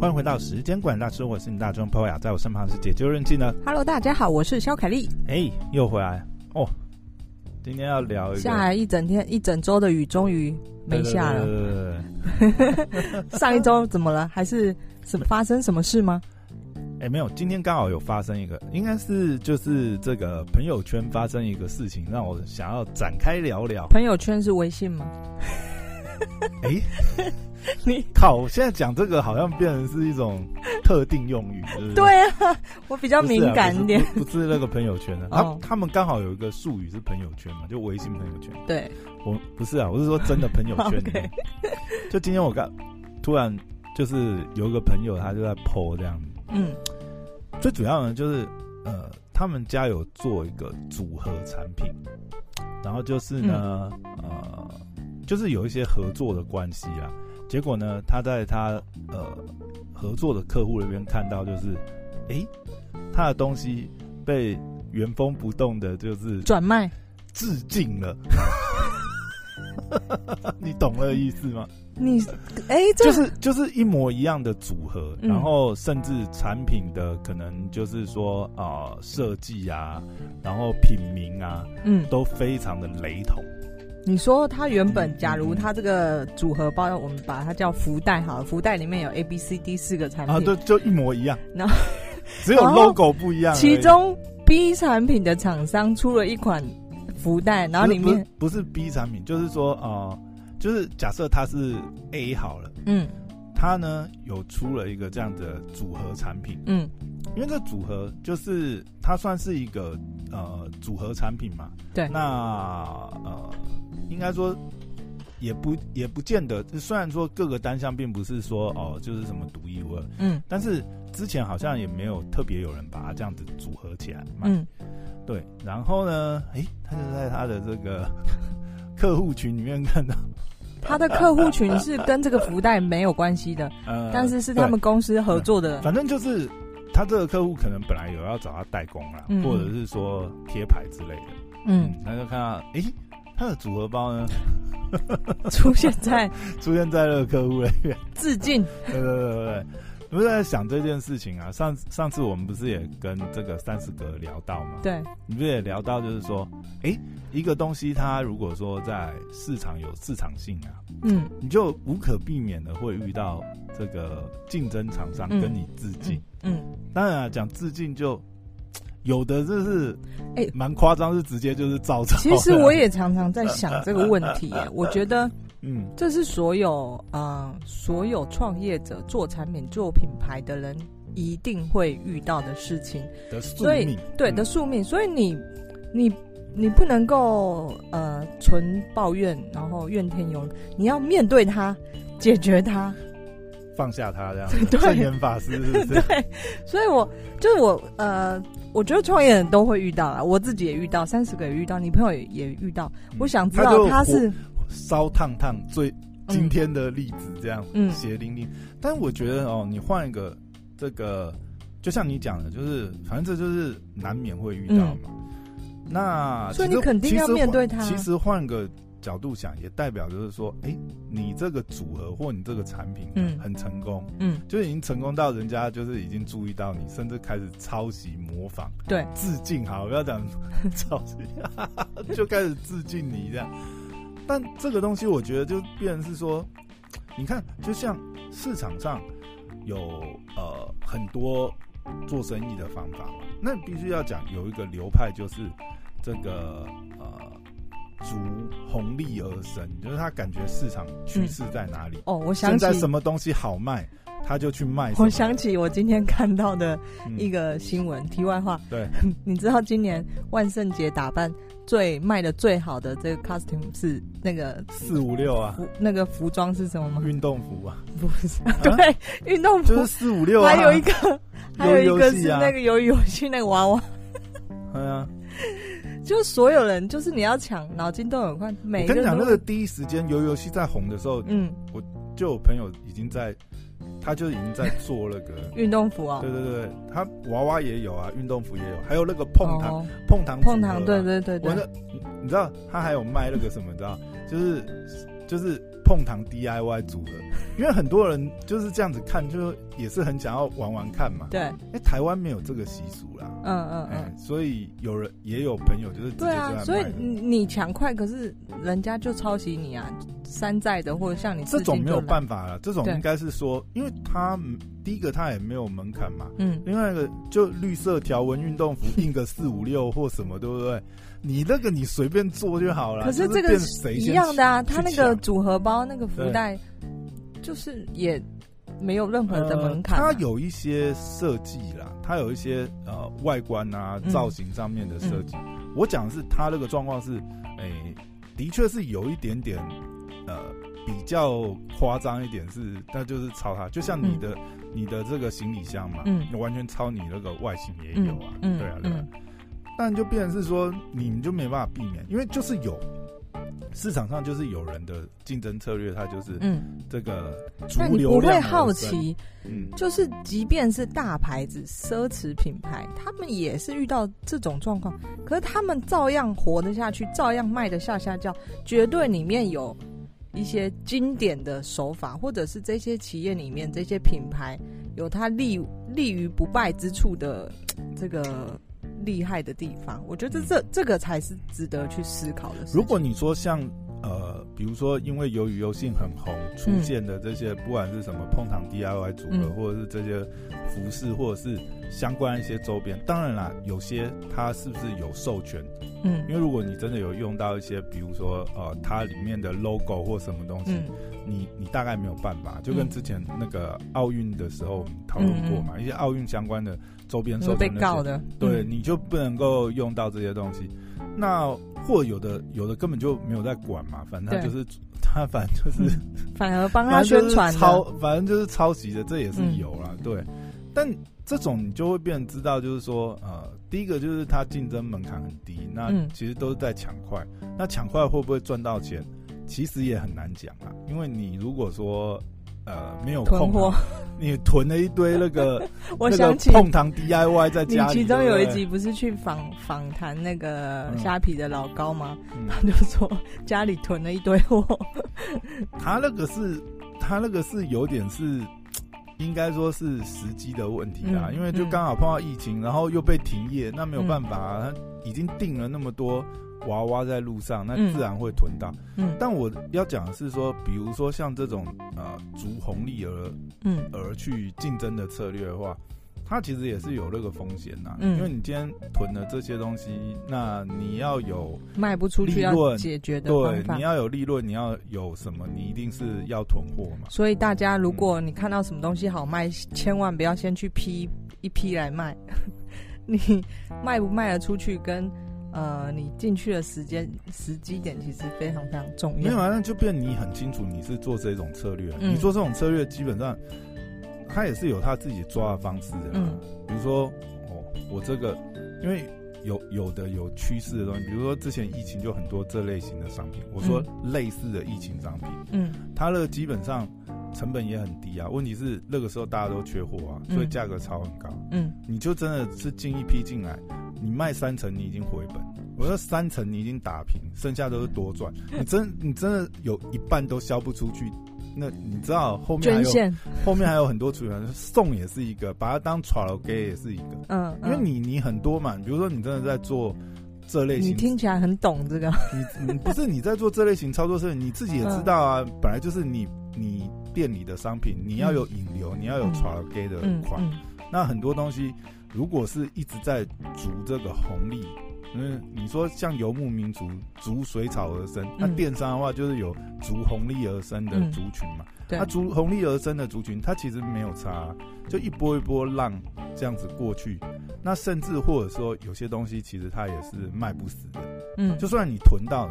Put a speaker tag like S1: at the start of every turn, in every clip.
S1: 欢迎回到时间管大师，我是你大壮 p o 雅，在我身旁是解救任记呢。
S2: Hello，大家好，我是肖凯丽。
S1: 哎，又回来哦。今天要聊一
S2: 下
S1: 个
S2: 来一整天一整周的雨，终于没下了。
S1: 对对对对对对
S2: 上一周怎么了？还是什么发生什么事吗？
S1: 哎，没有，今天刚好有发生一个，应该是就是这个朋友圈发生一个事情，让我想要展开聊 聊。
S2: 朋友圈是微信吗？
S1: 哎，
S2: 你
S1: 靠，我现在讲这个好像变成是一种特定用语，对不对？
S2: 对啊，我比较
S1: 不是
S2: 敏
S1: 啊
S2: 感一点。
S1: 嗯不是不是那个朋友圈 的、啊，
S2: 哦
S1: 他他们刚好有一个术语是朋友圈嘛，就微信朋友圈。
S2: 对，
S1: 我不是啊，我是说真的朋友圈里面。 就今天我刚突然就是有一个朋友，他就在 PO 这样子。
S2: 嗯，
S1: 最主要呢就是呃，他们家有做一个组合产品，然后就是呢、呃，就是有一些合作的关系啊。结果呢，他在他呃合作的客户那边看到，就是诶、他的东西被原封不动的，就是
S2: 转卖
S1: 致敬了。 你懂了意思吗？
S2: 你，哎、这
S1: 就是就是一模一样的组合，
S2: 嗯
S1: 然后甚至产品的可能就是说啊设计啊，然后品名啊
S2: 嗯，
S1: 都非常的雷同。
S2: 你说它原本，假如它这个组合包，我们把它叫福袋好了，福袋里面有 A、B、C、D 四个产品，
S1: 啊，对，就一模一样，
S2: 然后
S1: 只有
S2: 然后
S1: logo 不一样而已。
S2: 其中 B 产品的厂商出了一款福袋，然后里
S1: 不是
S2: 面，
S1: 不是不是 B 产品，就是说啊、呃就是假设它是 A 好了，
S2: 嗯
S1: 它呢有出了一个这样的组合产品，
S2: 嗯
S1: 因为这组合就是它算是一个呃组合产品嘛。
S2: 对
S1: 那呃，应该说也不也不见得，虽然说各个单项并不是说哦、就是什么独一无二，
S2: 嗯
S1: 但是之前好像也没有特别有人把它这样子组合起来嘛。
S2: 嗯，
S1: 对，然后呢，诶，他就在他的这个 客户群里面看到，
S2: 他的客户群是跟这个福袋没有 关系的，
S1: 呃，
S2: 但是是他们公司合作的
S1: 对，，反正就是他这个客户可能本来有要找他代工啦，
S2: 嗯
S1: 或者是说贴牌之类的。
S2: 嗯
S1: 嗯，，他就看到，诶，他的组合包呢
S2: 出现在
S1: 出现在了客户那边，
S2: 致敬，
S1: 对对对对对，我就在想这件事情啊。上上次我们不是也跟这个三十格聊到吗？，
S2: 对，
S1: 你不是也聊到就是说，诶，一个东西它如果说在市场有市场性啊，
S2: 嗯
S1: 你就无可避免的会遇到这个竞争厂商跟你致敬。
S2: 嗯，
S1: 当然、啊、讲致敬就。有的就是，
S2: 诶
S1: 蛮夸张，是直接就是照抄。
S2: 其实我，也常常在想这个问题耶， 我觉得
S1: 嗯，
S2: 这是所有呃所有创业者做产品、做品牌的人一定会遇到的事情，
S1: 的宿
S2: 所以
S1: 命，
S2: 对
S1: 嗯
S2: 的宿命。所以你你你不能够呃纯抱怨，然后怨天尤人，你要面对它，解决它。
S1: 放下他这样子，
S2: 对
S1: 正言法师是不是？
S2: 对，所以我就是我呃，我觉得创业人都会遇到啊，我自己也遇到，三十个也遇到，你朋友也也遇到。我想知
S1: 他就
S2: 道他是
S1: 烧烫烫最今
S2: 嗯
S1: 天的例子这样，
S2: 嗯
S1: 血淋淋。但我觉得哦，你换一个这个，就像你讲的，就是反正这就是难免会遇到嘛。那
S2: 嗯所以
S1: 其实
S2: 你肯定要
S1: 其实
S2: 面对它
S1: 其实换个角度想，也代表就是说，哎、你这个组合或你这个产品
S2: 嗯
S1: 很成功，
S2: 嗯，
S1: 就已经成功到人家就是已经注意到你，甚至开始抄袭模仿。
S2: 对，
S1: 致敬好，不要讲抄袭， 就开始致敬你这样。但这个东西，我觉得就变成是说，你看，就像市场上有呃很多做生意的方法嘛，那必须要讲有一个流派，就是这个呃逐红利而生，就是他感觉市场趋势在哪里，
S2: 哦，我想
S1: 现
S2: 起
S1: 在什么东西好卖，他就去卖什么。
S2: 我想起我今天看到的
S1: 嗯
S2: 一个新闻，题外话，
S1: 对，
S2: 你知道今年万圣节打扮最卖的最好的这个 costume 是那个
S1: 四五六啊，
S2: 服那个服装是什么吗？
S1: 运动服啊，
S2: 不是，对，运动服
S1: 就，是四五六啊，
S2: 还有一 个还有一个
S1: 游
S2: 是
S1: 戏啊
S2: 那个游游戏那个娃娃，
S1: 对啊，
S2: 就所有人就是你要抢，脑筋动很快，每
S1: 我
S2: 个
S1: 跟你
S2: 人
S1: 讲，
S2: 都
S1: 那个第一时间游游戏在红的时候，
S2: 嗯，
S1: 就有朋友已经在，他就已经在做那个
S2: 运动服啊
S1: 对，对对，他娃娃也有啊，运动服也有，还有那个碰糖
S2: 哦
S1: 碰糖
S2: 碰
S1: 组合啊
S2: 糖，对对对
S1: 我
S2: 对
S1: 那，你你知道他还有卖那个什么，你知道，就是就是。碰糖 DIY 组的，因为很多人就是这样子看，就是也是很想要玩玩看嘛。
S2: 对，
S1: 哎、台湾没有这个习俗啦，
S2: 嗯嗯
S1: 哎、
S2: 嗯，
S1: 所以有人也有朋友就是直接就
S2: 对
S1: 在
S2: 啊，
S1: 卖
S2: 所以
S1: 的
S2: 你你抢快，可是人家就抄袭你啊，山寨的或者像你
S1: 这种没有
S2: 办，
S1: 办法了，这种
S2: 对
S1: 应该是说，因为他嗯第一个他也没有门槛嘛，
S2: 嗯，
S1: 另外一个就绿色条纹运动服印个四五六或什么，对不对？你那个你随便做就好了。
S2: 可
S1: 是
S2: 是这个
S1: 变
S2: 是
S1: 谁
S2: 一
S1: 先
S2: 样的啊，
S1: 去
S2: 他那
S1: 抢
S2: 个组合包那个福
S1: 对
S2: 袋，就是也没有任何的
S1: 呃
S2: 门槛啊、
S1: 它有一些设计啦，它有一些呃外观啊、
S2: 嗯
S1: 造型上面的设计。我讲的是它那个状况是，哎、的确是有一点点呃比较夸张一点是，那就是抄它，就像你的、你的这个行李箱嘛，
S2: 嗯
S1: 完全抄你那个外形也有啊，
S2: 嗯嗯
S1: 对啊，对啊。但就变成是说，你们就没办法避免，因为就是有市场上就是有人的竞争策略，它就是
S2: 嗯，
S1: 这个
S2: 那
S1: 主
S2: 你
S1: 流
S2: 不会
S1: 量
S2: 好
S1: 而生，
S2: 奇，
S1: 嗯。
S2: 就是即便是大牌子、奢侈品牌，他们也是遇到这种状况，可是他们照样活得下去，照样卖得下下叫，绝对里面有一些经典的手法，或者是这些企业里面这些品牌有它立立于不败之处的嘖这个厉害的地方。我觉得这这个才是值得去思考的事情。
S1: 如果你说像呃，比如说因为由于游戏很红出
S2: 嗯
S1: 现的这些，不管是什么碰糖 DIY 组合，
S2: 嗯
S1: 或者是这些服饰，或者是相关一些周边，当然啦，有些它是不是有授权？
S2: 嗯
S1: 因为如果你真的有用到一些，比如说呃，它里面的 logo 或什么东西，
S2: 嗯
S1: 你你大概没有办法，就跟
S2: 嗯
S1: 之前那个奥运的时候我们讨论过嘛，一些奥运相关的周边授
S2: 有
S1: 权
S2: 被
S1: 那些
S2: 告的，
S1: 嗯对，
S2: 嗯
S1: 你就不能够用到这些东西。那或有的有的根本就没有在管嘛，反正他
S2: 对
S1: 就是 他反正就是
S2: 反而帮他
S1: 反正
S2: 宣
S1: 就是
S2: 传
S1: 抄
S2: 的，，
S1: 反正就是抄袭的，这也是
S2: 嗯
S1: 有啦。对。但这种你就会变知道，就是说，呃，第一个就是它竞争门槛很低，那
S2: 嗯
S1: 其实都是在抢快。那抢快会不会赚到钱，其实也很难讲啊，因为你如果说。呃，没有
S2: 囤
S1: 空啊
S2: 货，
S1: 你囤了一堆那个
S2: 我
S1: 那个
S2: 想起
S1: 碰糖 DIY 在
S2: 你
S1: 家里，
S2: 其中有
S1: 对
S2: 一
S1: 不对
S2: 集不是去访访谈那个
S1: 嗯
S2: 虾皮的老高吗？
S1: 嗯
S2: 他就说家里囤了一堆货，
S1: 他那个是，他那个是有点是，应该说是时机的问题啦，
S2: 嗯
S1: 因为就刚好碰到疫情，然后又被停业，那没有办法、啊，他已经订了那么多娃娃在路上，那
S2: 嗯
S1: 自然会囤到。
S2: 嗯
S1: 但我要讲的是说，比如说像这种呃逐红利而
S2: 嗯
S1: 而去竞争的策略的话。它其实也是有那个风险呐、
S2: 嗯
S1: 因为你今天囤了这些东西，那你要有
S2: 卖不出去
S1: 利
S2: 要
S1: 润
S2: 解决的方
S1: 对，
S2: 法
S1: 你。要有利润，你要有什么，你一定是要囤货嘛。
S2: 所以大家，如果你看到什么东西好卖，千万不要先去批一批来卖。 你卖不卖得出去，跟呃你进去的时间时机点其实非常非常重
S1: 没有
S2: 要。
S1: 啊，那就变你很清楚你是做这种策略，啊
S2: 嗯
S1: 你做这种策略基本上，他也是有他自己抓的方式的啦。
S2: 嗯
S1: 比如说，哦，我这个因为有有的有趋势的东西，比如说之前疫情就很多这类型的商品，我说类似的疫情商品，
S2: 嗯
S1: 它那个基本上成本也很低啊。问题是那个时候大家都缺货啊，所以
S2: 嗯
S1: 价格炒很高。
S2: 嗯
S1: 你就真的是进一批进来，你卖三成，你已经回本。我说三成你已经打平，剩下都是多 赚。你真你真的有一半都销不出去，那你知道后面还
S2: 捐
S1: 有
S2: 献，
S1: 后面还有很多厨房送也是一个，把它当 t r a 给也是一个，
S2: 嗯，
S1: 因为
S2: 嗯
S1: 你你很多嘛，比如说你真的在做这类
S2: 你
S1: 型，
S2: 听起来很懂这个，
S1: 你你不是你在做这类型操作时，你自己也知道啊，
S2: 嗯
S1: 本来就是你你店里的商品，你要有引流，你要有
S2: 嗯
S1: t r a 给的
S2: 嗯
S1: 款。
S2: 嗯
S1: 那很多东西如果是一直在逐这个红利，嗯，你说像游牧民族逐水草而生，那
S2: 嗯
S1: 电商的话就是有逐红利而生的
S2: 嗯
S1: 族群嘛。
S2: 对
S1: 那逐红利而生的族群，它其实没有差啊、就一波一波浪这样子过去。那甚至或者说有些东西其实它也是卖不死的，
S2: 嗯，
S1: 就算你囤到。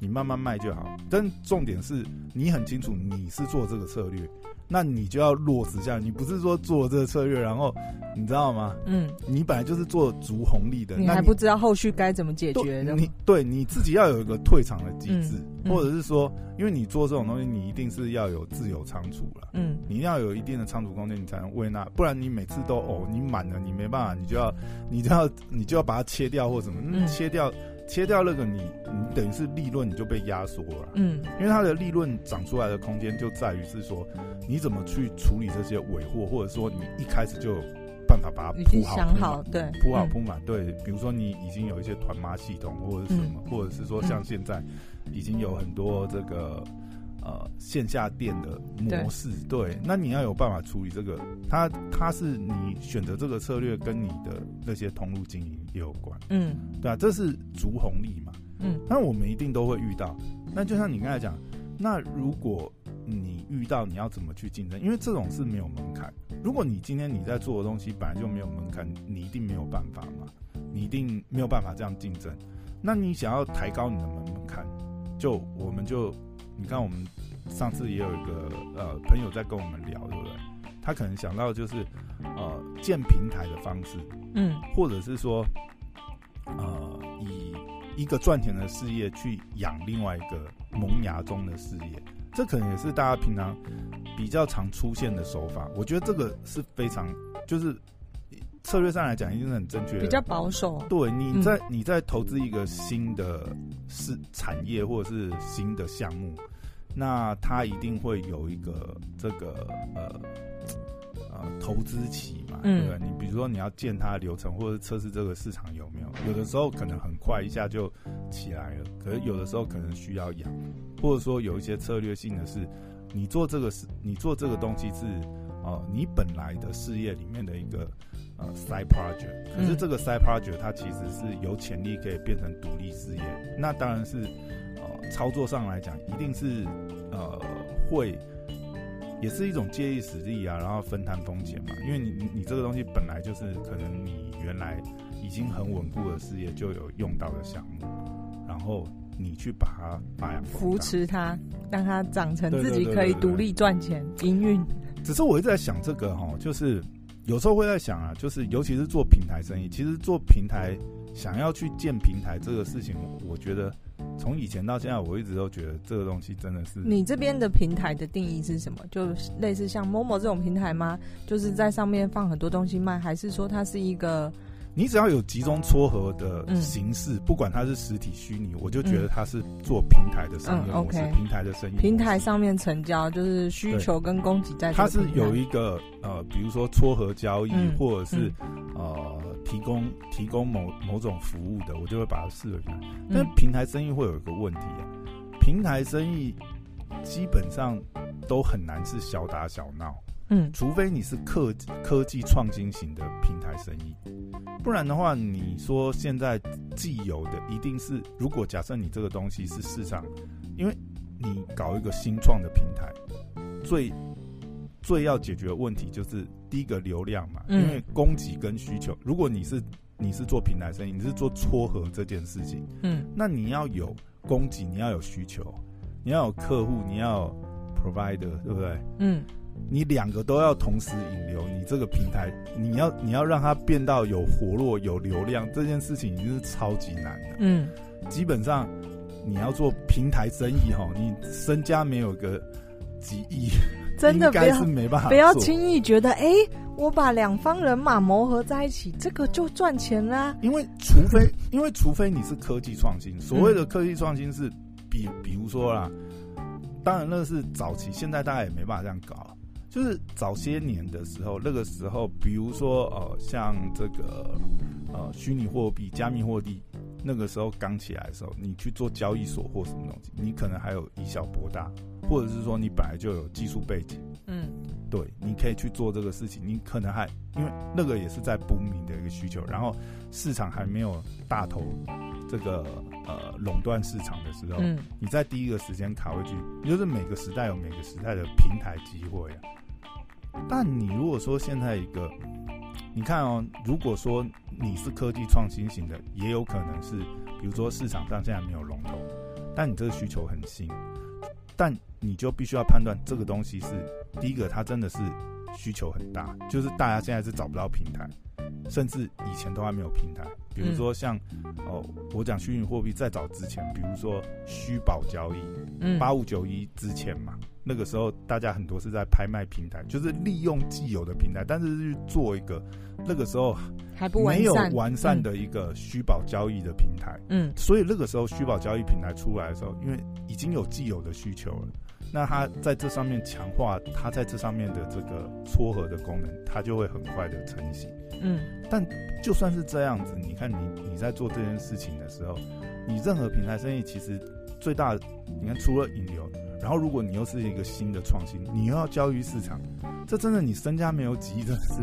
S1: 你慢慢卖就好，但重点是你很清楚你是做这个策略，那你就要落实下来。你不是说做了这个策略，然后你知道吗？
S2: 嗯，
S1: 你本来就是做足红利的，
S2: 你
S1: 那
S2: 嗯还不知道后续该怎么解决
S1: 对
S2: 的。
S1: 你对你自己要有一个退场的机制，
S2: 嗯嗯
S1: 或者是说，因为你做这种东西，你一定是要有自有仓储了。
S2: 嗯，
S1: 你一定要有一定的仓储空间，你才能喂纳，不然你每次都哦，你满了，你没办法，你就要，你就要，你就要把它切掉或什么，嗯
S2: 嗯
S1: 切掉切掉那个你，你等于是利润你就被压缩了，
S2: 嗯
S1: 因为它的利润长出来的空间就在于是说，你怎么去处理这些尾货，或者说你一开始就有办法把它
S2: 已
S1: 铺
S2: 经
S1: 好
S2: 想
S1: 铺满
S2: 好，对，
S1: 铺好
S2: 嗯
S1: 铺满，对，比如说你已经有一些团妈系统，或者是什么，或者是说像现在已经有很多这个呃线下店的模式，对，那你要有办法处理这个，它它是你选择这个策略跟你的那些通路经营也有关，
S2: 嗯
S1: 对啊，这是逐红利嘛，
S2: 嗯，
S1: 那我们一定都会遇到。那就像你刚才讲，那如果你遇到，你要怎么去竞争？因为这种是没有门槛。如果你今天你在做的东西本来就没有门槛，你一定没有办法嘛，你一定没有办法这样竞争。那你想要抬高你的门门槛，就我们就你看我们上次也有一个呃朋友在跟我们聊，对不对？他可能想到就是呃建平台的方式，
S2: 嗯
S1: 或者是说，呃，以一个赚钱的事业去养另外一个萌芽中的事业，这可能也是大家平常比较常出现的手法。我觉得这个是非常，就是策略上来讲，一定是很正确的。
S2: 比较保守，
S1: 对，你
S2: 嗯
S1: 在、你在投资一个新的是产业或者是新的项目，那它一定会有一个这个呃呃投资期嘛，
S2: 嗯
S1: 对不对？你比如说你要建它的流程，或者测试这个市场有没有，有的时候可能很快一下就起来了，可是有的时候可能需要养，或者说有一些策略性的是，你做这个是你做这个东西是哦、呃你本来的事业里面的一个呃 side project，可是
S2: 嗯
S1: 这个 side project 它其实是有潜力可以变成独立事业，那当然是呃操作上来讲一定是呃会。也是一种借力使力啊，然后分摊风险嘛。因为你你你这个东西本来就是可能你原来已经很稳固的事业就有用到的项目，然后你去把它发扬光大
S2: 扶。持他，让他长成
S1: 啊对对
S2: 自己
S1: 对
S2: 可以
S1: 对对
S2: 独立赚钱、营运。
S1: 只是我一直在想这个哈、就是有时候会在想啊，就是尤其是做平台生意，其实做平台想要去建平台这个事情，我觉得从以前到现在，我一直都觉得这个东西真的是
S2: 你这边的平台的定义是什么？就类似像 Momo 这种平台吗？就是在上面放很多东西卖，还是说它是一个
S1: 你只要有集中撮合的形式，
S2: 嗯
S1: 不管它是实体虚拟，我就觉得它是做平台的商业模式，
S2: 嗯，OK
S1: 平台的生意模式
S2: 平台，上面成交，就是需求跟供给在这
S1: 它
S2: 个平
S1: 是
S2: 台
S1: 有一个呃，比如说撮合交易，
S2: 嗯
S1: 或者是、呃提供提供某某种服务的，我就会把它视为平台。但
S2: 嗯
S1: 平台生意会有一个问题啊，平台生意基本上都很难是小打小闹。
S2: 嗯
S1: 除非你是科科技创新型的平台生意，不然的话，你说现在既有的一定是，如果假设你这个东西是市场，因为你搞一个新创的平台，最最要解决的问题就是第一个流量嘛，
S2: 嗯
S1: 因为供给跟需求。如果你是你是做平台生意，你是做撮合这件事情，
S2: 嗯
S1: 那你要有供给，你要有需求，你要有客户，你要有 provider，对不对？
S2: 嗯
S1: 你两个都要同时引流，你这个平台，你要你要让它变到有活络、有流量，这件事情已经是超级难的。
S2: 嗯
S1: 基本上，你要做平台生意哈，你身家没有个几亿，
S2: 嗯，真的
S1: 应
S2: 不
S1: 该
S2: 要
S1: 是没办法
S2: 不要
S1: 做
S2: 轻易觉得，哎、我把两方人马磨合在一起，这个就赚钱啦。
S1: 因为除非因为除非你是科技创新，所谓的科技创新是比比如说啦，当然那是早期，现在大家也没办法这样搞。就是早些年的时候，那个时候，比如说呃，像这个呃虚拟货币、加密货币，那个时候刚起来的时候，你去做交易所或什么东西，你可能还有以小博大，或者是说你本来就有技术背景。
S2: 嗯
S1: 对，你可以去做这个事情，你可能还因为那个也是在 booming 的一个需求，然后市场还没有大头这个呃垄断市场的时候，
S2: 嗯
S1: 你在第一个时间卡位去，也就是每个时代有每个时代的平台机会啊。但你如果说现在一个，你看哦，如果说你是科技创新型的，也有可能是，比如说市场上现在没有龙头，但你这个需求很新，但你就必须要判断这个东西是第一个，它真的是需求很大，就是大家现在是找不到平台，甚至以前都还没有平台，比如说像、哦，我讲虚拟货币再早之前，比如说虚宝交易，
S2: 嗯，
S1: 八五九一之前嘛，那个时候大家很多是在拍卖平台，就是利用既有的平台，但是去做一个那个时候
S2: 还不完
S1: 没有
S2: 善，
S1: 完善的一个虚宝交易的平台。
S2: 嗯
S1: 所以那个时候虚宝交易平台出来的时候，因为已经有既有的需求了，那它在这上面强化它在这上面的这个撮合的功能，它就会很快的成型。
S2: 嗯
S1: 就算是这样子，你看你你在做这件事情的时候，你任何平台生意其实最大的，你看除了引流，然后如果你又是一个新的创新，你又要教育市场，这真的你身家没有几亿，真的是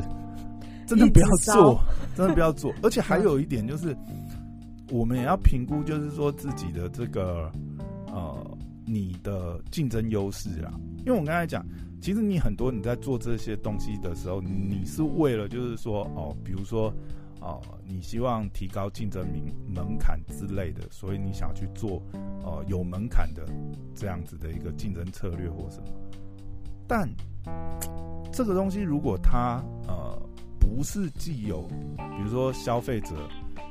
S1: 真的不要
S2: 一直烧
S1: 做，真的不要做。而且还有一点就是，我们也要评估，就是说自己的这个呃你的竞争优势啦，因为我刚才讲。其实你很多你在做这些东西的时候，你是为了就是说哦，比如说哦，你希望提高竞争门门槛之类的，所以你想去做呃有门槛的这样子的一个竞争策略或什么。但这个东西如果它呃不是既有，比如说消费者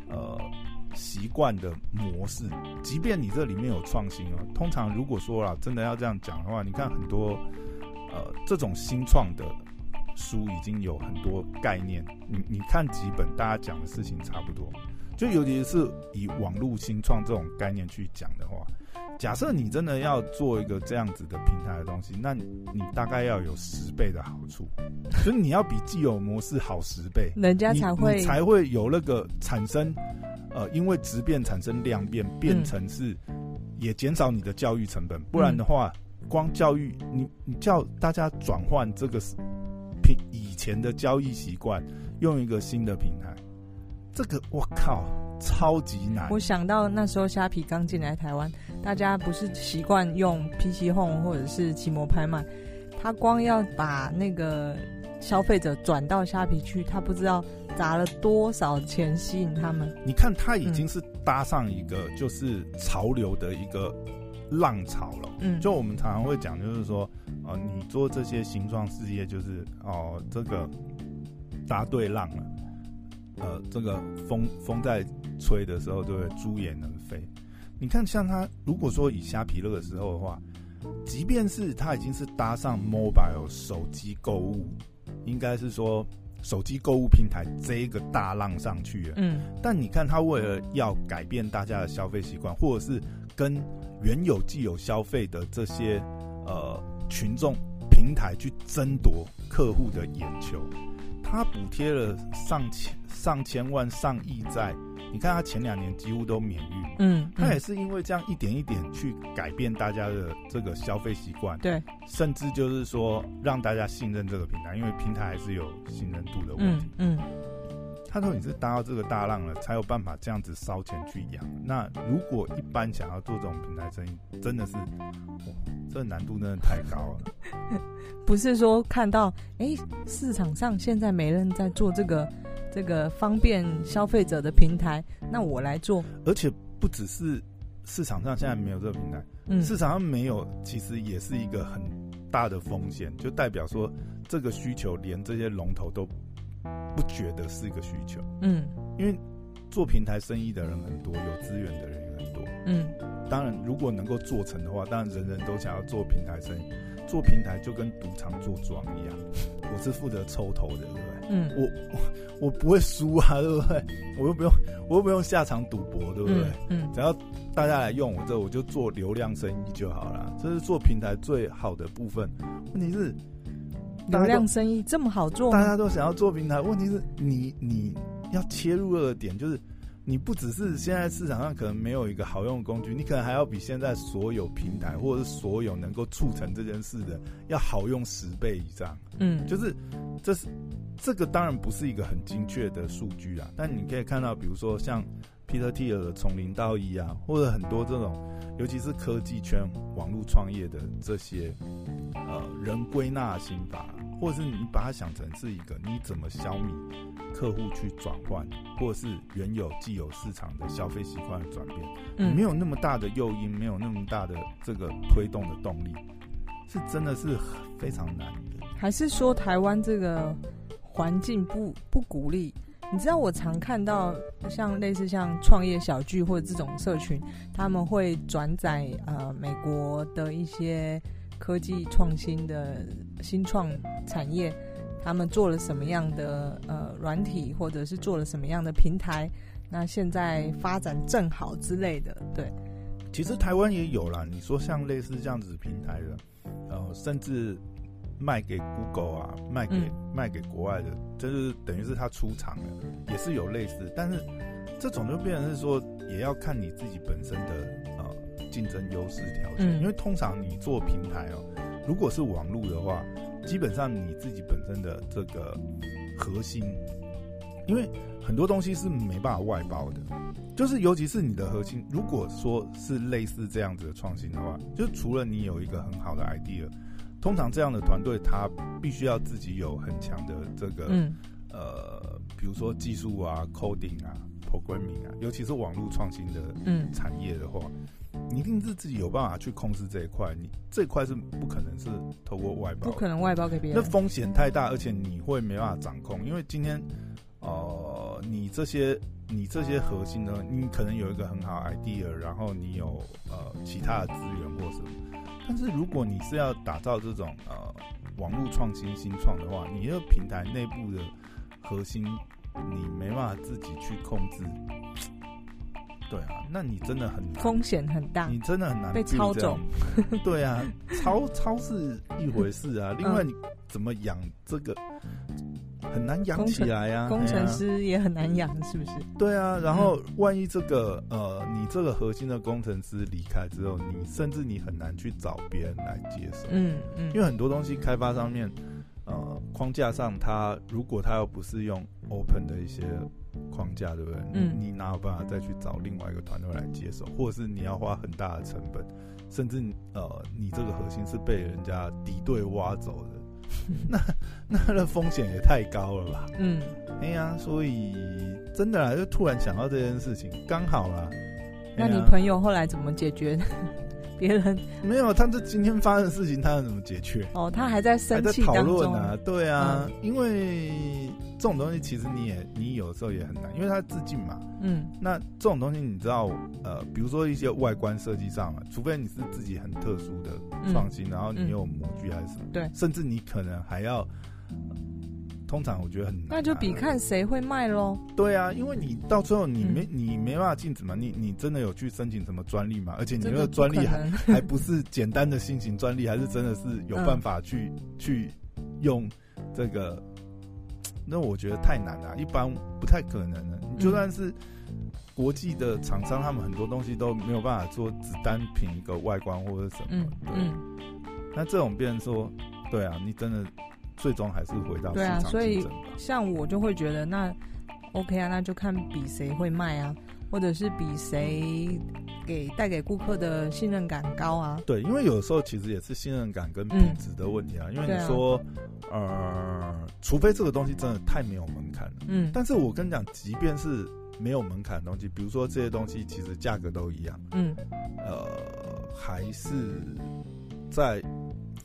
S1: 呃习惯的模式，即便你这里面有创新哦，通常如果说啦，真的要这样讲的话，你看很多呃这种新创的书已经有很多概念，你你看几本，大家讲的事情差不多。就尤其是以网络新创这种概念去讲的话，假设你真的要做一个这样子的平台的东西，那你你大概要有十倍的好处，就是你要比既有模式好十倍，
S2: 人家
S1: 你
S2: 才会
S1: 你才会有那个产生，呃，因为质变产生量变，变
S2: 嗯
S1: 成是也减少你的教育成本，不然的话，光教育你你叫大家转换这个是平以前的交易习惯，用一个新的平台，这个我靠，超级难
S2: 我。想到那时候虾皮刚进来台湾，大家不是习惯用 PC Home 或者是奇摩拍卖，他光要把那个消费者转到虾皮去，他不知道砸了多少钱吸引他们。
S1: 你看，它
S2: 嗯
S1: 已经是搭上一个就是潮流的一个浪潮了。
S2: 嗯，
S1: 就我们常常会讲，就是说，呃，你做这些形状事业，就是哦、这个答对浪了，呃，这个风风在吹的时候，对不对？猪也能飞。你看，像它如果说以虾皮乐的时候的话，即便是它已经是搭上 mobile 手机购物，应该是说手机购物平台这一个大浪上去了，
S2: 嗯
S1: 但你看，他为了要改变大家的消费习惯，或者是跟原有既有消费的这些呃群众平台去争夺客户的眼球，他补贴了上千、上千万、上亿在。你看，他前两年几乎都免运嘛，
S2: 嗯，
S1: 他也
S2: 嗯
S1: 是因为这样一点一点去改变大家的这个消费习惯，
S2: 对，
S1: 甚至就是说让大家信任这个平台，因为平台还是有信任度的问题
S2: 嗯。嗯
S1: 他说你是搭到这个大浪了，才有办法这样子烧钱去养。那如果一般想要做这种平台生意，真的是，哇，这难度真的太高了。
S2: 不是说看到哎、诶市场上现在没人在做这个这个方便消费者的平台，那我来做。
S1: 而且不只是市场上现在没有这个平台，
S2: 嗯，
S1: 市场上没有，其实也是一个很大的风险，就代表说这个需求连这些龙头都不觉得是一个需求，
S2: 嗯
S1: 因为做平台生意的人很多，有资源的人也很多。
S2: 嗯
S1: 当然，如果能够做成的话，当然人人都想要做平台生意。做平台就跟赌场做庄一样，我是负责抽头的，对不对？
S2: 嗯
S1: 我我不会输啊，对不对？我又不用我又不用下场赌博，对不对？
S2: 嗯嗯
S1: 只要大家来用我这，我就做流量生意就好了。这是做平台最好的部分。问题是，大家都
S2: 嗯流量生意这么好做吗？
S1: 大家都想要做平台，问题是你你要切入的点就是，你不只是现在市场上可能没有一个好用的工具，你可能还要比现在所有平台或者是所有能够促成这件事的要好用十倍以上。
S2: 嗯，
S1: 就是这是这个当然不是一个很精确的数据啊，但你可以看到，比如说像 Peter Thiel 的《从零到一》啊，或者很多这种，尤其是科技圈网络创业的这些呃人归纳心法，或者是你把它想成是一个你怎么消弭客户去转换，或者是原有既有市场的消费习惯的转变。
S2: 嗯
S1: 没有那么大的诱因，没有那么大的这个推动的动力，是真的是很非常难的。
S2: 还是说台湾这个环境不不鼓励？你知道我常看到像类似像创业小聚或者这种社群，他们会转载呃美国的一些科技创新的新创产业，他们做了什么样的呃软体，或者是做了什么样的平台，那现在发展正好之类的，对。
S1: 其实台湾也有啦，你说像类似这样子平台的，然后甚至卖给 Google 啊，卖给、卖给国外的，这就是等于是他出厂的，也是有类似，但是这种就变成是说，也要看你自己本身的呃竞争优势条件，
S2: 嗯
S1: 因为通常你做平台哦，如果是网络的话，基本上你自己本身的这个核心，因为很多东西是没办法外包的，就是尤其是你的核心，如果说是类似这样子的创新的话，就除了你有一个很好的 idea，通常这样的团队他必须要自己有很强的这个、
S2: 嗯
S1: 呃，比如说技术啊、coding 啊、programming 啊，尤其是网络创新的
S2: 嗯
S1: 产业的话，你一定是自己有办法去控制这一块，你这一块是不可能是透过外包
S2: 不
S1: 的，
S2: 可能外包给别
S1: 哦那
S2: 人。
S1: 风险太大，而且你会没办法掌控，因为今天，呃，你这些你这些核心呢，你可能有一个很好的 idea，然后你有呃其他的资源或什么，但是如果你是要打造这种呃网络创新新创的话，你的平台内部的核心你没办法自己去控制，对啊，那你真的很难
S2: 风险很大
S1: 你，真的很难
S2: 啊被
S1: 避
S2: 抄
S1: 这样
S2: 走。
S1: 对啊，抄抄是一回事
S2: 嗯
S1: 啊，另外你怎么养这个很难养起来啊，
S2: 工程
S1: 哎呀
S2: 师嗯也很难养，是不是？
S1: 对啊，然后万一这个呃，你这个核心的工程师离开之后，你甚至你很难去找别人来接手，
S2: 嗯嗯，
S1: 因为很多东西开发上面，呃，框架上它如果它又不是用 open 的一些框架，对不对？
S2: 嗯
S1: 你哪有办法再去找另外一个团队来接手，或者是你要花很大的成本，甚至呃，你这个核心是被人家敌对挖走 的，那那的风险也太高了吧？
S2: 嗯，
S1: 哎呀，所以真的啦，就突然想到这件事情，刚好啦。
S2: 那
S1: 哎呀
S2: 你朋友后来怎么解决 别人？
S1: 没有？他这今天发生的事情，他能怎么解决？
S2: 哦，他还在
S1: 还
S2: 生
S1: 在
S2: 气
S1: 讨
S2: 当
S1: 论
S2: 中。嗯
S1: 啊，对啊，因为这种东西其实你也你有时候也很难，因为它致敬嘛。
S2: 嗯
S1: 那这种东西你知道，呃，比如说一些外观设计上嘛，啊除非你是自己很特殊的创
S2: 嗯
S1: 新，然后你有模具还是什么，
S2: 对
S1: 甚至你可能还要，呃通常我觉得很难啊、
S2: 那就比看谁会卖喽。
S1: 对啊，因为你到最后你没、
S2: 嗯
S1: 你没办法禁止嘛，你你真的有去申请什么专利嘛？而且你那
S2: 真
S1: 个
S2: 的
S1: 专利
S2: 不可
S1: 还
S2: 能
S1: 还不是简单的新型专利，还是真的是有办法去、
S2: 嗯
S1: 去用这个？那我觉得太难了、啊一般不太可能的。你就算是国际的厂商，他们很多东西都没有办法做，只单凭一个外观或者什么。
S2: 嗯
S1: 对
S2: 嗯，
S1: 那这种变成说，对啊，你真的最终还是回到市
S2: 对啊
S1: 场
S2: 所以
S1: 竞争吧。
S2: 像我就会觉得那 OK 啊，那就看比谁会卖啊，或者是比谁给带给顾客的信任感高啊。
S1: 对，因为有时候其实也是信任感跟品
S2: 嗯
S1: 质的问题啊。因为
S2: 对
S1: 你
S2: 啊
S1: 说，呃，除非这个东西真的太没有门槛了。
S2: 嗯，
S1: 但是我跟你讲，即便是没有门槛的东西，比如说这些东西其实价格都一样，
S2: 嗯
S1: 呃，还是在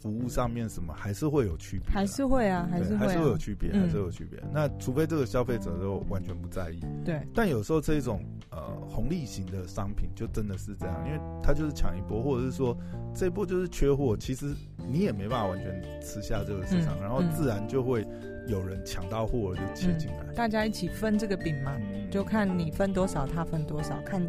S1: 服务上面什么还是会有区别的啦，
S2: 还是会啊，还
S1: 对
S2: 是
S1: 还
S2: 会、
S1: 是会有
S2: 啊，
S1: 区别，
S2: 嗯
S1: 还是会有区别。那除非这个消费者都完全不在意，
S2: 对，
S1: 但有时候这种呃红利型的商品就真的是这样，因为它就是抢一波，或者是说这一波就是缺货，其实你也没办法完全吃下这个市场，
S2: 嗯
S1: 然后
S2: 嗯
S1: 自然就会有人抢到货了就切进来。
S2: 大家一起分这个饼嘛，
S1: 嗯
S2: 就看你分多少，他分多少，看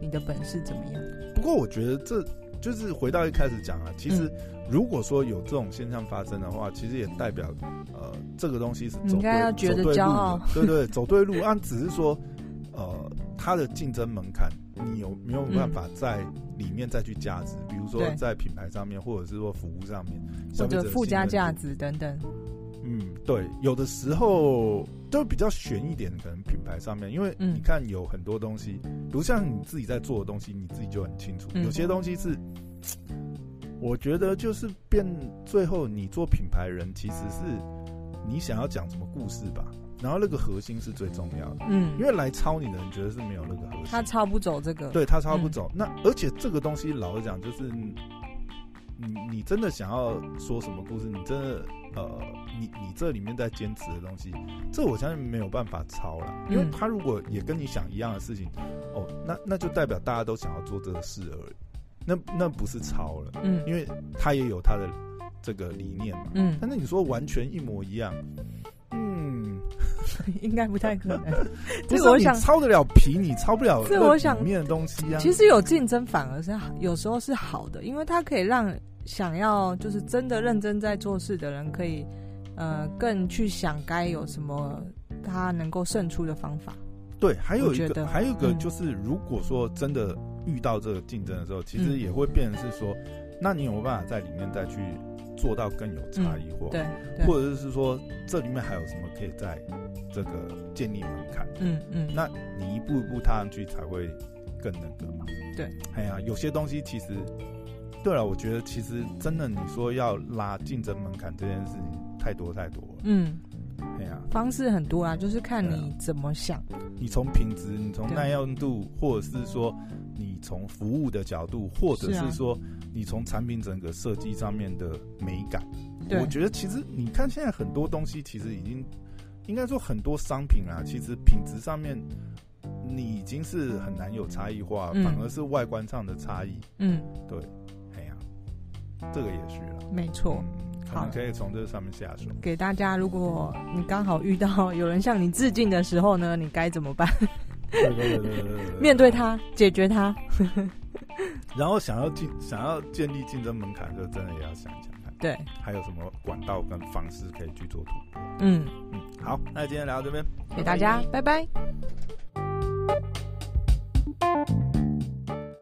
S2: 你的本事怎么样。
S1: 不过我觉得这就是回到一开始讲啊，其实
S2: 嗯
S1: 如果说有这种现象发生的话，其实也代表呃这个东西是
S2: 你
S1: 走
S2: 应该
S1: 对
S2: 要觉得
S1: 走对路
S2: 骄傲
S1: 的，对对，走对路。按只是说呃它的竞争门槛，你有没有办法在里面再去加值？比如说
S2: 嗯对
S1: 在品牌上面，或者是说服务上面，
S2: 或
S1: 消
S2: 者
S1: 费者
S2: 附加
S1: 信任
S2: 价
S1: 度。
S2: 值等等。
S1: 嗯，对，有的时候就比较悬一点，可能品牌上面，因为
S2: 嗯
S1: 你看有很多东西，比如像你自己在做的东西，你自己就很清楚，
S2: 嗯
S1: 有些东西是。我觉得就是变，最后你做品牌人其实是你想要讲什么故事吧，然后那个核心是最重要的，
S2: 嗯
S1: 因，为来抄你的人觉得是没有那个核心，
S2: 他抄不走这个。
S1: 对他抄不
S2: 嗯
S1: 走。那而且这个东西老实讲，就是你你真的想要说什么故事，你真的呃，你你这里面在坚持的东西，这我相信没有办法抄了，因为
S2: 嗯
S1: 他如果也跟你想一样的事情，哦，那那就代表大家都想要做这个事而已，那那不是抄了，
S2: 嗯
S1: 因为他也有他的这个理念嘛。
S2: 嗯，
S1: 但是你说完全一模一样，嗯，
S2: 应该不太可能。
S1: 不
S2: 这
S1: 是啊
S2: 个我
S1: 你
S2: 想
S1: 抄得了皮，你抄不了
S2: 这我
S1: 那
S2: 想
S1: 里面的东西啊。
S2: 其实有竞争反而是好有时候是好的，因为它可以让想要就是真的认真在做事的人，可以呃更去想该有什么他能够胜出的方法。
S1: 对，还有
S2: 我
S1: 一
S2: 觉
S1: 个，
S2: 得
S1: 还有一个
S2: 嗯
S1: 就是，如果说真的遇到这个竞争的时候，其实
S2: 嗯
S1: 也会变成是说，那你有没有办法在里面再去做到更有差异化？
S2: 嗯对对，
S1: 或者是说这里面还有什么可以在这个建立门槛？
S2: 嗯嗯，
S1: 那你一步一步踏上去才会更那个嘛。
S2: 对，
S1: 哎呀，有些东西其实，对了，我觉得其实真的你说要拉竞争门槛这件事情太多太多了。
S2: 嗯
S1: 哎呀，
S2: 方式很多啦，就是看
S1: 对啊
S2: 你怎么想。
S1: 你从品质，你从
S2: 对
S1: 耐用度，或者是说你从服务的角度，或者
S2: 是啊
S1: 是说你从产品整个设计上面的美感，
S2: 对
S1: 我觉得其实你看现在很多东西其实已经，应该说很多商品啊，其实品质上面你已经是很难有差异化，
S2: 嗯
S1: 反而是外观上的差异。
S2: 嗯，
S1: 哎呀，这个也是了。
S2: 没错。
S1: 嗯，可
S2: 哦好
S1: 能可以从这上面下手。
S2: 给大家，如果你刚好遇到有人向你致敬的时候呢，你该怎么办？
S1: 对对对对对对 对
S2: 面对他，解决他。
S1: 然后想要进想要建立竞争门槛，就真的也要想一想看，
S2: 对，
S1: 还有什么管道跟方式可以去做突破。
S2: 嗯，
S1: 嗯，好，那今天聊到这边，
S2: 给大家，拜拜。